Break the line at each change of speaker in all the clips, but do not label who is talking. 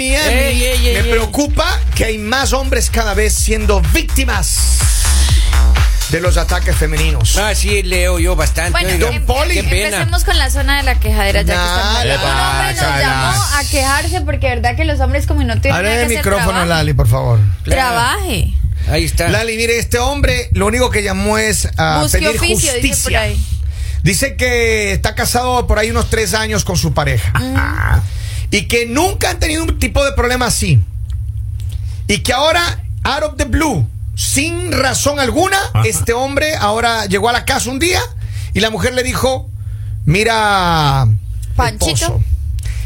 Ah,
preocupa que hay más hombres cada vez siendo víctimas de los ataques femeninos.
Ah, sí, leo yo bastante.
Bueno,
oiga.
Don
em-
Poli.
em-
Qué pena.
empecemos con la zona de la quejadera. Ya que estamos
Nah,
hablando.
le
un hombre nos
pasa,
llamó
nah.
a quejarse porque, de verdad, que los hombres, como no tienen
Abre
nada
el
que hacer,
micrófono,
trabajan.
Lali, por favor.
Claro.
Trabaje.
Ahí
Ah.
está.
Lali, mire, este hombre lo único que llamó es a
Busque
pedir
oficio, dice
justicia.
por ahí.
Dice que está casado por ahí unos tres años con su pareja. Y que nunca han tenido un tipo de problema así. Y que ahora, out of the blue, sin razón alguna, este hombre ahora llegó a la casa un día y la mujer le dijo, mira,
Panchito.
esposo,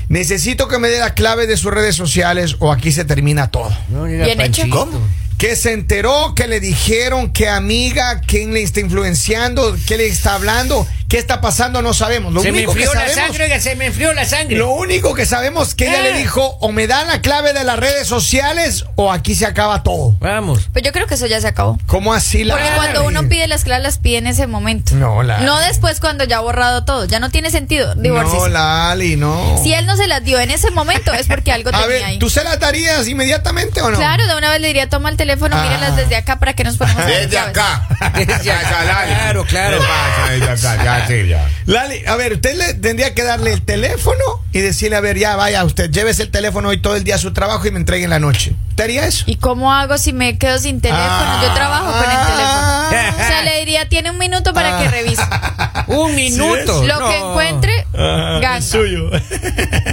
necesito que me dé la clave de sus redes sociales o aquí se termina todo.
No, mira,
Bien hecho.
Panchito.
¿Cómo?
Que se enteró que le dijeron que amiga, quién le está influenciando, qué le está hablando, qué está pasando, no sabemos. Lo
Se me
único que
enfrió la
sabemos,
sangre, oiga, se me enfrió la sangre.
lo único que sabemos es que ella
Ah.
Eh.
le dijo o me dan la clave de las redes sociales o aquí se acaba todo.
Vamos.
Pues yo creo que eso ya se acabó.
¿Cómo así la?
Porque cuando uno pide las claras, las pide en ese momento.
No, la-
No después cuando ya ha borrado todo. Ya no tiene sentido
No,
divorciarse.
Lali, no.
Si él no se las dio en ese momento, es porque algo
A
tenía
ver,
ahí.
¿tú se las darías inmediatamente o no?
Claro, de una vez le diría, toma el teléfono,
Ah.
míralas desde acá para que nos ponemos a ver,
Desde
¿sabes?
acá.
Desde acá, claro, claro.
¿Qué pasa desde acá? Ya, sí, ya.
Lali, a ver, usted le tendría que darle el teléfono y decirle, a ver, ya vaya, usted llévese el teléfono hoy todo el día a su trabajo y me entregue en la noche. ¿Te haría eso?
¿Y cómo hago si me quedo sin teléfono? Yo trabajo con el teléfono.
Ah.
O sea, le diría, tiene un minuto para que revise.
Un minuto.
Lo
No.
que encuentre, gana.
Ah, suyo.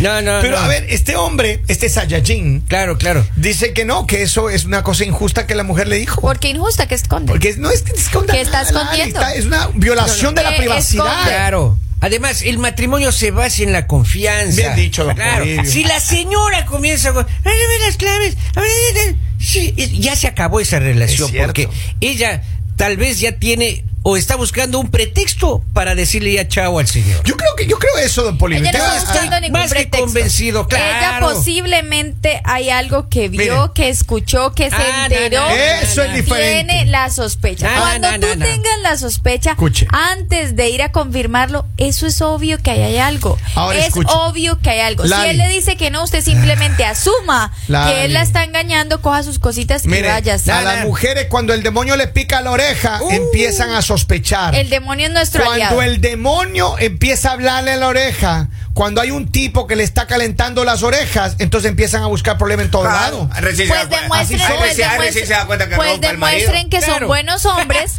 No, no,
Pero
no.
a ver, este hombre, este Sayajin,
Claro, claro.
dice que no, que eso es una cosa injusta que la mujer le dijo.
Porque injusta que esconde.
Porque no es que esconda
¿Qué está
nada, Lali,
escondiendo?
está- es una violación
No, no.
de la
¿Qué
privacidad.
esconde?
Claro. Además, el matrimonio se basa en la confianza.
Bien dicho, don
Claro.
Toribio.
Si la señora comienza con. "Ay, dame las claves. a ver, eh, eh", sí, y- ya se acabó esa relación.
Es cierto.
porque ella tal vez ya tiene o está buscando un pretexto para decirle ya chao al señor.
Yo creo que yo creo eso, don Poli.
Ella no
Te va-
está buscando ningún
más que
pretexto.
convencido,
Ella
claro.
posiblemente hay algo que vio,
Miren.
que escuchó, que se
Ah, no,
enteró.
no, no,
Eso es
no.
diferente.
Tiene la sospecha.
No, no,
Cuando
no,
tú
no, no.
tengas la sospecha,
Escuche.
antes de ir a confirmarlo, eso es obvio que ahí hay algo.
Ahora
es
escuche.
obvio que hay algo.
Lali.
Si él le dice que no, usted simplemente asuma
Lali.
que él la está engañando, coja sus cositas y
Mire,
váyase.
a las mujeres cuando el demonio le pica la oreja
Uh.
empiezan a sospechar.
El demonio es nuestro aliado.
Cuando el demonio empieza a hablarle a la oreja, cuando hay un tipo que le está calentando las orejas, entonces empiezan a buscar problemas en todo lado.
Ah, Recién se da
Pues
cuenta-
demuestren,
así
son.
se-
pues
recién- recién se da cuenta
demuestren,
que
pues
rompa el marido.
demuestren que son
Claro.
buenos hombres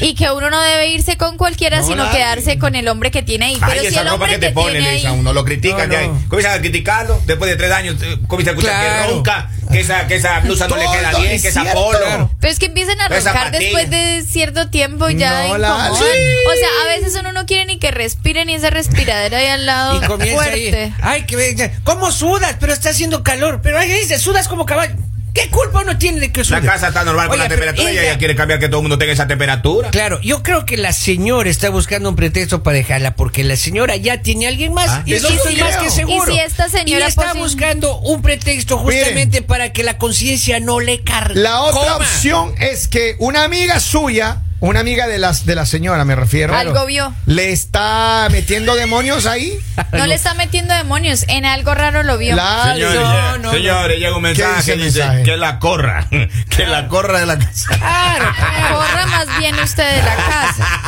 y que uno no debe irse con cualquiera,
No,
sino
Lali.
quedarse con el hombre que tiene ahí. Pero
Ay,
si
esa
el
ropa
hombre
que
que,
te pone,
tiene
le
ahí,
dicen a uno, lo critican.
No,
ya,
no.
Comienzan a criticarlo. Después de tres años, eh, comienzan a escuchar
Claro.
que ronca, que esa, que esa blusa no le queda
Todo
bien,
es
que esa
cierto.
polo.
Claro.
pero es que empiezan a
Pues
arrancar
zapatillas.
después de cierto tiempo ya
No,
incomodan.
Lali.
O sea, a veces uno no quiere ni que respire ni esa respiradera ahí al lado
Y comienza
Ah, fuerte.
ahí. Ay, que ve- ya, ¿Cómo sudas? Pero está haciendo calor. Pero ahí dice, sudas como caballo. ¿Qué culpa uno tiene de que
La
sude?
casa está normal con
Oiga,
la
pero
temperatura y
ella-
ella quiere cambiar que todo el mundo tenga esa temperatura.
Claro, yo creo que la señora está buscando un pretexto para dejarla porque la señora ya tiene a alguien más
Ah,
y
eso
eso estoy
creo.
más que
Y
seguro.
si esta señora
Y está
posi-
buscando un pretexto justamente para que la conciencia no le cargue.
La otra opción es que una amiga suya, una amiga de las de la señora, me refiero,
Algo vio.
le está metiendo demonios ahí.
No le está metiendo demonios, en algo raro lo vio.
La-
Señores,
No,
ya-
no,
señores, llega un mensaje
dice
que
el
dice
mensaje?
que la corra, que la corra de la casa.
Claro, claro.
Corra más bien usted de la casa.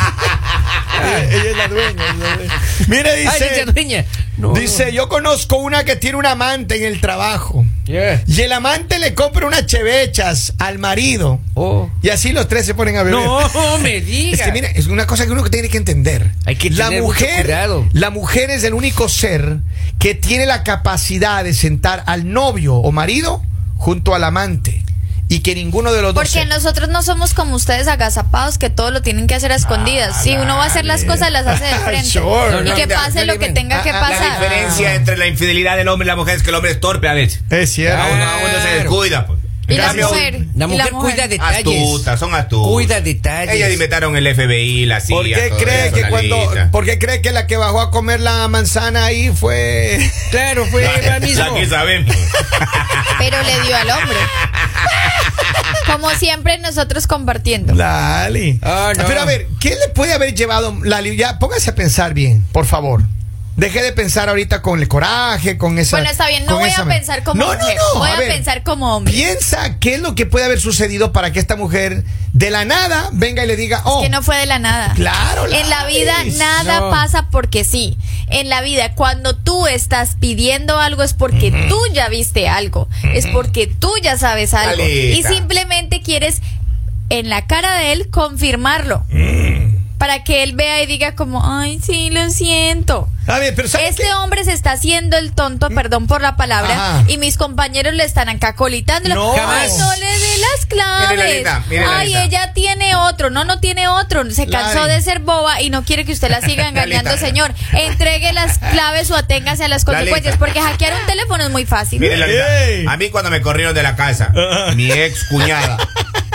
Ella es la dueña. Mire,
Ay, dice
dice,
dueña. No.
dice, yo conozco una que tiene un amante en el trabajo.
Yeah.
Y el amante le compra unas chevechas al marido.
Oh.
Y así los tres se ponen a beber.
No me digas.
Es que mira, es una cosa que uno tiene que entender.
Hay que
la
tener mucho
mujer,
cuidado.
La mujer es el único ser que tiene la capacidad de sentar al novio o marido junto al amante. Y que ninguno de los dos.
Porque
se-
nosotros no somos como ustedes agazapados que todo lo tienen que hacer a escondidas. si uno va a hacer las cosas, las hace de frente.
Sure.
Y
No, no,
que
no,
pase
no
lo que
libren.
tenga que
Ah, ah, la
La
pasar.
diferencia entre la infidelidad del hombre y la mujer es que el hombre es torpe a veces.
Es cierto.
A uno, a uno se descuida. pues.
Y la
Cambio-
mujer.
La
Y
mujer,
la mujer.
cuida detalles.
Astutas, son astutas.
Cuida detalles.
Ellas inventaron el FBI, la CIA.
¿Por qué
todo
cree
eso,
que
la
cuando.
lista.
¿Por qué cree que la que bajó a comer la manzana ahí fue.
Claro, fue la mismo.
Aquí sabemos.
Pero le dio al hombre. Como siempre, nosotros compartiendo.
Lali.
Ah, no.
Pero a ver, ¿qué le puede haber llevado Lali? Ya póngase a pensar bien, por favor. Deje de pensar ahorita con el coraje, con esa.
Bueno, está bien, no
con
voy
esa-
a pensar como
No, no,
mujer.
no,
voy a,
ver,
pensar como hombre.
Piensa qué es lo que puede haber sucedido para que esta mujer de la nada venga y le diga, oh,
que no fue de la nada.
claro,
En la vida
Laris.
nada
No.
pasa porque sí. En la vida, cuando tú estás pidiendo algo es porque tú ya viste algo, es porque tú ya sabes algo y
Lalita.
simplemente quieres en la cara de él confirmarlo
Mm.
para que él vea y diga como, ay, sí, lo siento.
A ver, pero ¿sabes
Este
qué? Mm.
hombre se está haciendo el tonto, perdón por la palabra,
Ajá.
y mis compañeros le están acá colitando.
No.
Ay, no le dé las claves.
Mire, Lalita, mire,
Ay,
Lalita.
ella tiene otro. No, no tiene otro. Se cansó
Lali.
de ser boba y no quiere que usted la siga engañando,
Lalita.
señor. Entregue las claves o aténgase a las consecuencias,
Lalita.
porque hackear un teléfono es muy fácil.
Mire, Lalita,
Ey.
a mí cuando me corrieron de la casa, mi ex cuñada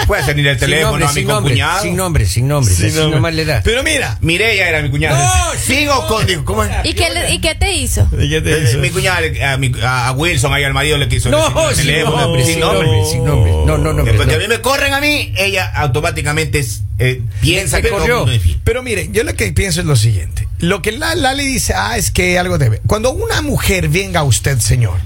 fue a salir el
Sin
teléfono
nombre,
a mi
sin nombre,
cuñado.
Sin nombre, sin nombre.
Sí,
así
no,
nomás le da.
Pero mira.
Mireya era mi cuñada.
No,
Sigo con. digo, ¿Cómo es?
¿Y qué, le- ¿Y qué te hizo?
Eh, Mi cuñada, le- a, mi- a Wilson, ahí al marido le quiso
No,
decir el
sin
teléfono,
nombre,
sin
sin
nombre.
nombre, sin nombre. No, no, no.
Después que a
no.
mí me corren a mí, ella automáticamente es, eh, piensa
Me
que todo el
corrió.
mundo es fiel.
Pero mire, yo lo que pienso es lo siguiente. Lo que la Lali dice, ah, es que algo debe. Cuando una mujer venga a usted, señor,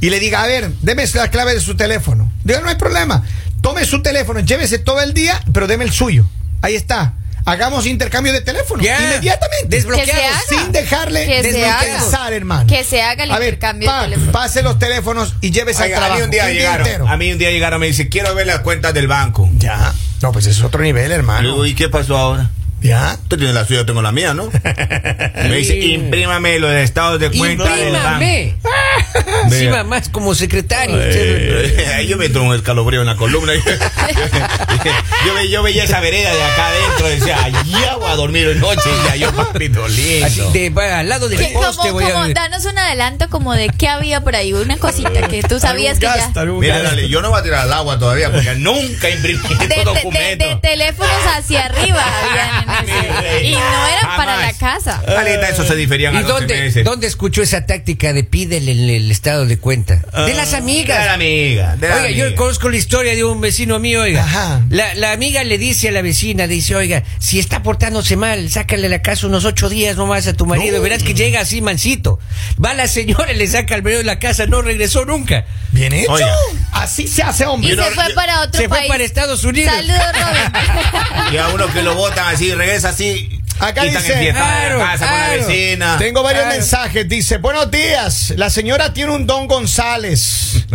y le diga, a ver, deme la clave de su teléfono. Diga, no hay problema. Tome su teléfono, llévese todo el día, pero deme el suyo. Ahí está. Hagamos intercambio de teléfono.
Ya.
Inmediatamente.
Desbloqueados.
Que se haga.
Sin dejarle
Que se
desbloquear,
haga.
hermano.
Que se haga el
a ver,
intercambio de
pa-
teléfono.
Pase los teléfonos y llévese
Oiga,
al
a
trabajo.
mí un día
El día
llegaron.
entero.
A mí un día llegaron, me dice, quiero ver las cuentas del banco.
Ya. No, pues es otro nivel,
Le digo,
hermano.
¿y qué pasó ahora?
Ya.
Usted tiene la suya, yo tengo la mía, ¿no? Y me dice,
Sí.
imprímame los estados de cuenta del banco.
Imprímame. Ah,
Vea.
Encima más como secretario. usted-
Ahí yo me entró un escalofrío en la columna. yo, ve- yo veía esa vereda de acá adentro. Decía, allá voy a dormir hoy noche. Y ya yo, papito lindo.
Así de, va, al lado del
¿Qué-
poste
como,
voy a-
como- danos un adelanto como de qué había por ahí, una cosita que tú sabías que ya...
Mira, dale, yo no voy a tirar al agua todavía porque nunca imprimí
De,
estos
de- de-
documentos.
de teléfonos hacia arriba habían en ese- y no eran para la
Jamás.
casa.
Alita, eso se diferían a
¿Y
12
dónde,
meses.
dónde escuchó esa táctica de pídele el, el estado de cuenta? de las amigas.
Ah, De la amiga. De la
Oiga, yo
amiga.
conozco la historia de un vecino mío, oiga.
Ajá.
La, la amiga le dice a la vecina, dice, oiga, si está portándose mal, sácale la casa unos ocho días nomás a tu marido. Verás que llega así mansito. Va la señora, y le saca al medio de la casa, no regresó nunca.
Bien hecho.
Oiga.
Así se hace,
Y
hombre.
se fue para otro
Se fue
país.
para Estados Unidos.
Saludos, Robert.
Y a uno que lo botan así, regresa así.
Acá
y están
dice-
en fiesta
Claro,
en la casa con
claro.
la vecina.
Tengo varios
Claro.
mensajes. Dice, buenos días. La señora tiene un don González.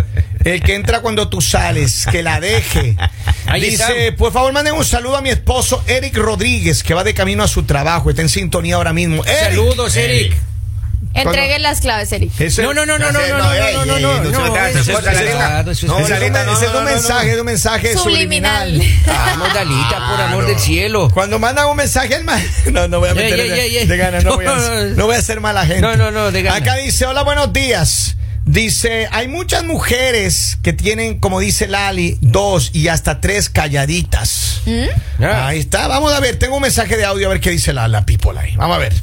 El que entra cuando tú sales, que la deje.
Ahí
Dice,
está.
por favor, manden un saludo a mi esposo Eric Rodríguez, que va de camino a su trabajo. Está en sintonía ahora mismo. Eric.
Saludos, Eric.
Entregue las claves, Eric.
Ese-
No, no, no, no, no,
Ya sé,
no,
no, ey,
no, no, no,
ey,
no,
no se
no,
metan,
eso
se
es
corta la
privado,
letra.
eso es
No,
Ese
la
privado.
es un,
letra, no,
ese es
no,
un
no, no.
mensaje, es un mensaje
Subliminal.
subliminal.
Vamos, Dalita, por amor del cielo.
Cuando mandan un mensaje al ma- No, no voy a
Ey,
meter
ey,
de,
ey, ey.
de gana, no voy, a,
No, no, no.
no voy a ser mala gente.
No, no, no, de gana.
Acá dice, hola, buenos días. Dice, hay muchas mujeres que tienen, como dice Lali, dos y hasta tres calladitas.
Ah.
Ahí está, vamos a ver, tengo un mensaje de audio a ver qué dice la, la people ahí. Vamos a ver.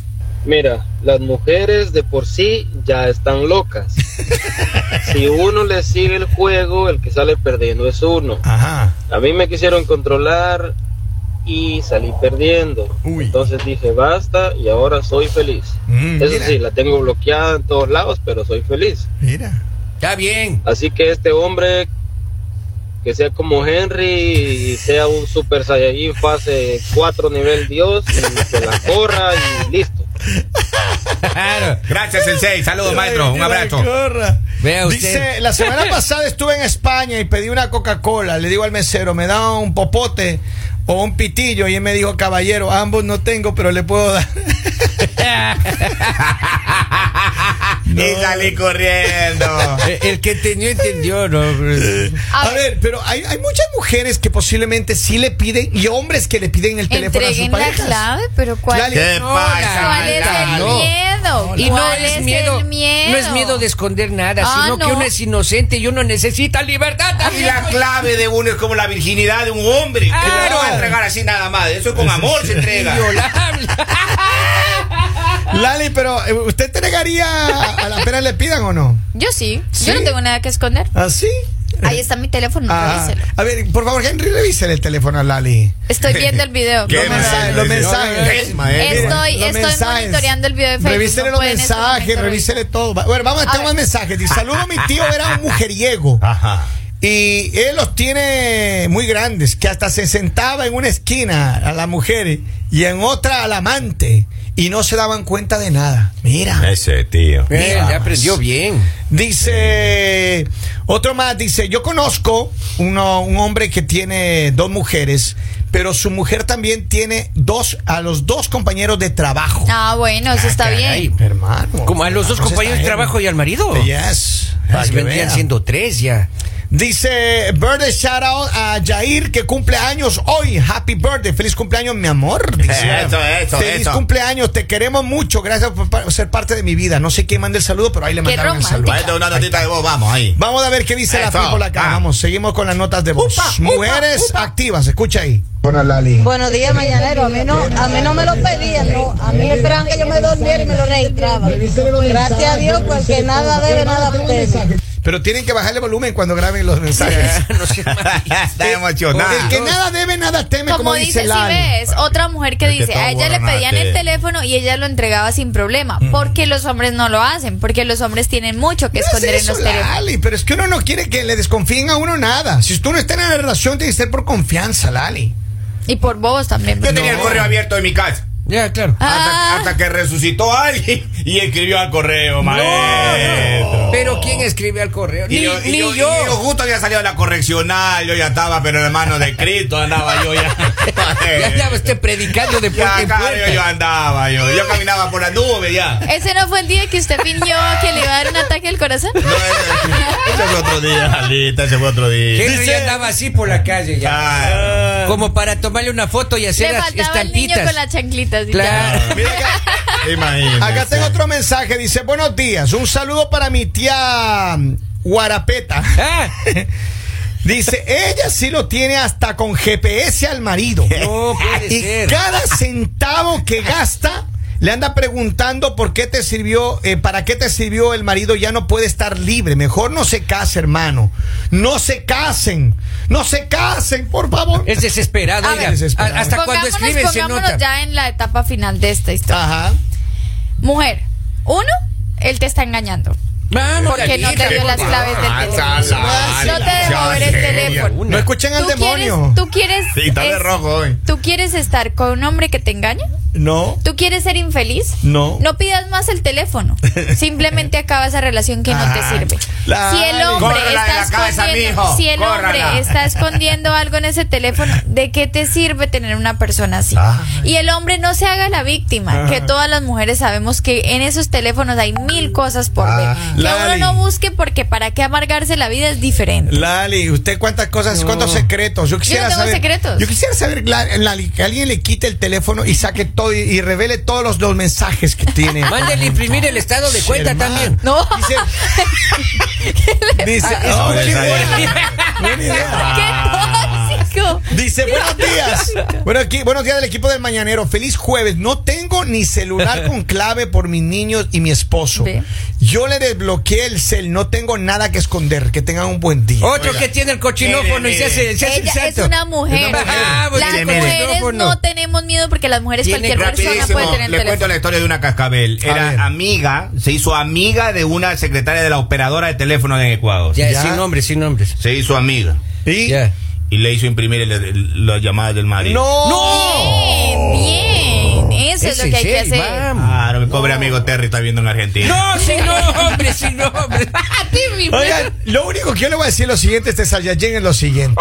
Mira, las mujeres de por sí ya están locas. si uno le sigue el juego, el que sale perdiendo es uno.
Ajá.
A mí me quisieron controlar y salí perdiendo.
Uy.
Entonces dije, basta y ahora soy feliz.
Mm,
Eso
mira.
sí, la tengo bloqueada en todos lados, pero soy feliz.
Mira.
Está bien.
Así que este hombre, que sea como Henry y sea un super saiyajin fase 4 nivel Dios, y que la corra y listo.
Claro.
Gracias, Sensei. Saludos, maestro. Un
Ay,
abrazo.
la corra.
Vea usted.
Dice, la semana pasada estuve en España y pedí una Coca-Cola. Le digo al mesero, me da un popote o un pitillo. Y él me dijo, caballero, ambos no tengo, pero le puedo dar.
Y salí corriendo.
Eh, El que entendió, entendió, ¿no? pues.
A
A ver, pero hay, hay muchas mujeres que posiblemente sí le piden y hombres que le piden el teléfono a sus
Entreguen la
parejas.
clave, pero ¿cuál,
Lali,
¿Qué
No,
pasa?
cuál es el
no.
miedo?
Y no
¿Cuál
es
el
miedo,
miedo?
no es miedo de esconder nada,
Ah,
sino que
no. Ah,
uno es inocente y uno necesita libertad
Y
también.
la clave de uno es como la virginidad de un hombre. Que no
Claro.
lo va a entregar así nada más. Eso con amor se entrega.
Inviolable.
Lali, pero eh, ¿usted te negaría a la pena le pidan o no?
Yo sí,
¿Sí?
yo no tengo nada que esconder.
¿Así?
Eh.
Ahí está mi teléfono,
Ah,
revíselo.
a ver, por favor, Henry, revísele el teléfono a Lali.
Estoy viendo el video.
¿Qué
Los
No me-
más?
mensajes, los
maestro?
mensajes.
No, no, no, no, maestro.
Estoy-
Eh, Los
estoy monitoreando el video de Facebook,
Revísele
no
los
puede en este
mensajes,
momento
revísele todo. Va- Bueno, vamos a
A
tener
ver.
más mensajes. Dice, saludo a mi tío, era un mujeriego.
Ah.
Ajá.
Y él los tiene muy grandes, que hasta se sentaba en una esquina a las mujeres y en otra al amante. Y no se daban cuenta de nada. Mira.
Ese tío.
Bien, ya aprendió bien.
Dice otro más, dice, yo conozco uno, un hombre que tiene dos mujeres, pero su mujer también tiene dos a los dos compañeros de trabajo.
Ah, bueno, eso está
Caray.
bien.
Hermano.
Como a los dos
Entonces
compañeros de
está
trabajo y al marido.
bien. Yes.
Ah,
Para
se
que
vendrían
vean.
siendo tres ya.
Dice Birthday shout out a Jair que cumple años hoy. Happy birthday. Feliz cumpleaños, mi amor. Dice.
Eso, eso,
Feliz
eso.
cumpleaños. Te queremos mucho. Gracias por pa- ser parte de mi vida. No sé quién manda el saludo, pero ahí le
Qué
mandaron el saludo.
romántico.
Bueno, una notita de voz, vamos ahí.
Vamos a ver qué dice la
Eso,
people acá.
ah.
Vamos, seguimos con las notas de voz.
Upa, upa,
Mujeres
upa.
activas, escucha ahí.
Hola Lali.
Buenos días, mañanero. A mí no, a mí no me lo pedían, no. A mí esperaban que yo me durmiera y me lo registraban. Gracias a Dios, porque nada debe, nada puede.
Pero tienen que bajarle volumen cuando graben los mensajes.
no sé,
Está emocionado.
El que nada debe, nada teme, como,
Como dice, si
Lali.
ves, otra mujer que
Es que
dice,
todo
a ella le
borronate.
pedían el teléfono y ella lo entregaba sin problema. Porque los hombres no lo hacen, porque los hombres tienen mucho que
No es
esconder en
eso,
los teléfonos.
Lali, pero es que uno no quiere que le desconfíen a uno nada. Si tú no estás en la relación, tiene que ser por confianza, Lali.
Y por bobos también.
Yo tenía el correo abierto en mi casa.
Ya, claro.
Ah.
Hasta, hasta que resucitó alguien y escribió al correo, maestro.
Pero ¿quién escribe al correo?
Y
ni
yo, y
ni
yo-
yo.
y yo justo había salido de la correccional, yo ya estaba, pero en la mano de Cristo andaba yo ya.
ya estaba usted predicando de
Ya,
puerta en
claro,
puerta.
yo, yo andaba, yo, yo caminaba por la nube ya.
¿Ese no fue el día que usted fingió que le iba a dar un ataque al corazón?
No, ese, ese fue otro día, Lalita, ese fue otro día.
Henry ya andaba así por la calle ya.
Ah,
Como para tomarle una foto y hacer
Le
las
faltaba el niño
estampitas.
con la chanclita. así,
Claro.
Mira acá.
imagínese.
Acá tengo otro mensaje, dice, buenos días, un saludo para mi tía mm, Guarapeta.
Ah,
Dice, ella sí lo tiene hasta con GPS al marido.
No puede
y
ser.
cada centavo que gasta le anda preguntando por qué te sirvió, eh, para qué te sirvió el marido, ya no puede estar libre. Mejor no se case, hermano. No se casen. No se casen, por favor.
es desesperado,
A
oiga.
ver. Desesperado.
A- Hasta cuando
Pongámonos,
escribe se
pongámonos
nota.
ya en la etapa final de esta historia.
Ajá.
Mujer, uno, él te está engañando.
Vamos,
Porque no
Lalita,
te dio
por
las
favor.
claves del
Ah,
teléfono.
Salah,
No te
ya
devolveré el
seria,
teléfono.
No escuchen al
¿Tú quieres,
demonio.
tú quieres
Sí, está de
es-
rojo hoy.
¿Tú quieres estar con un hombre que te engaña?
No.
¿Tú quieres ser infeliz?
No.
No pidas más el teléfono. Simplemente acaba esa relación que no te
Ah,
sirve.
la-
si el hombre
Córrala de
está
la cabeza,
escondiendo,
mijo,
si el
córrala.
hombre está escondiendo algo en ese teléfono, ¿de qué te sirve tener una persona así? Y el hombre no se haga la víctima, que todas las mujeres sabemos que en esos teléfonos hay mil cosas por
Ah,
ver. Que
Lali.
uno no busque porque para qué amargarse la vida es diferente.
Lali, ¿usted cuántas cosas, cuántos secretos? Yo quisiera
tengo
saber.
secretos.
Yo quisiera saber, La- Lali, que alguien le quite el teléfono y saque todo y, y revele todos los, los mensajes que tiene.
Mándale imprimir el estado de cuenta
Hermano.
también.
No.
Dice. dice.
Ah,
Oh, buena
esa
idea.
es.
Buena idea.
¡Qué tóxico!
Dice, buenos días. Bueno, aquí, buenos días del equipo del Mañanero. Feliz jueves. No tengo ni celular con clave por mis niños y mi esposo.
Ve.
Yo le desbloqueé el cel. No tengo nada que esconder. Que tengan un buen día.
Otro que tiene el cochinófono
Mire,
y se hace, se hace el
Ella es
santo.
una mujer.
Ah, pues
las
tiene
mujeres
micrófono.
no tenemos miedo porque las mujeres
Tiene
cualquier persona
Rapidísimo,
puede tener
le cuento
teléfono.
la historia de una cascabel.
A ver.
Era amiga, se hizo amiga de una secretaria de la operadora de teléfono en Ecuador.
Ya,
Ya.
sin nombres, sin nombres.
Se hizo amiga.
Y-
Ya.
Y le hizo imprimir el- el- las llamadas del marido.
No.
Bien, bien. Eso es,
Ese
lo que hay que
serio,
hacer.
vamos.
Claro, mi pobre amigo Terry está viendo en Argentina.
No, sin nombres, sin nombres.
Oigan, lo único que yo le voy a decir lo siguiente, este Saiyajin es lo siguiente.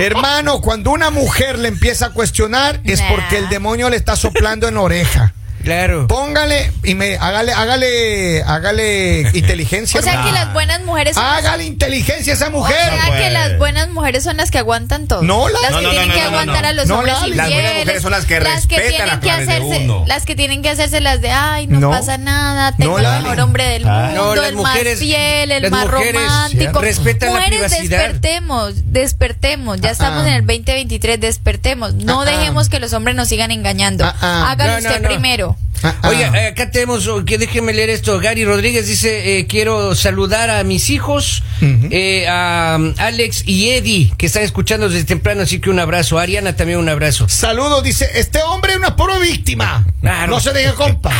Hermano, cuando una mujer le empieza a cuestionar es
Nah.
porque el demonio le está soplando en la oreja.
Claro.
Póngale y me hágale, hágale, hágale inteligencia.
O sea
hermano.
que las buenas mujeres son las-
hágale inteligencia a esa
o
mujer.
sea
No,
que
pues.
las buenas mujeres son las que aguantan todo.
No, la-
las
No,
que
no,
tienen
no,
que
no, no,
aguantar
no.
a los
No,
hombres
la-
infieles,
las
buenas mujeres son las que respetan las claves de
hacerse,
uno.
las que tienen que hacerse las de ay, no,
No.
pasa nada, tengo
No,
el
la-
mejor hombre del
Ah.
mundo,
No, las
el
mujeres-
más fiel, el
las
más
mujeres,
romántico.
cierto. respetan la
mujeres,
privacidad.
despertemos, despertemos, ya
Ah,
estamos
ah.
en el 2023, despertemos, no
Ah, ah.
dejemos que los hombres nos sigan engañando.
Ah, ah.
Hágalo
No, no,
usted
no.
primero.
Ah, ah.
Oiga, eh, acá tenemos, oh, que déjeme leer esto. Gary Rodríguez dice, eh, quiero saludar a mis hijos,
Ujú.
eh, a um, Alex y Eddie, que están escuchando desde temprano, así que un abrazo. Ariana también un abrazo.
Saludos, dice, este hombre es una puro víctima.
Claro.
No se deje compa.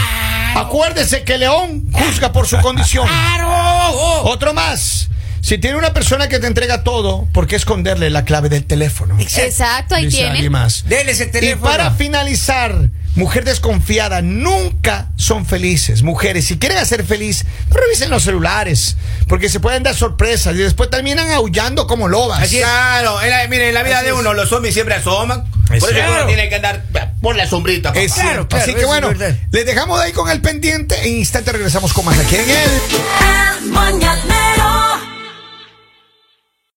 Acuérdese que León juzga por su condición.
¡Claro!
Otro más. Si tiene una persona que te entrega todo, ¿por qué esconderle la clave del teléfono?
Exacto, ahí
Dice alguien
tiene.
más.
Dele ese teléfono.
Y para finalizar, mujer desconfiada, nunca son felices. Mujeres, si quieren hacer feliz, no revisen los celulares, porque se pueden dar sorpresas y después terminan aullando como lobas.
Claro, en la- mire, en la vida
Así
de
es.
uno, los zombies siempre asoman.
Es
Por eso
cierto.
uno tiene que andar por la sombrita. papá.
Es
Claro,
cierto.
claro,
Así
eso
que
es
bueno,
verdad.
les e dejamos ahí con el pendiente. En instante regresamos con más aquí en el.
El mañanero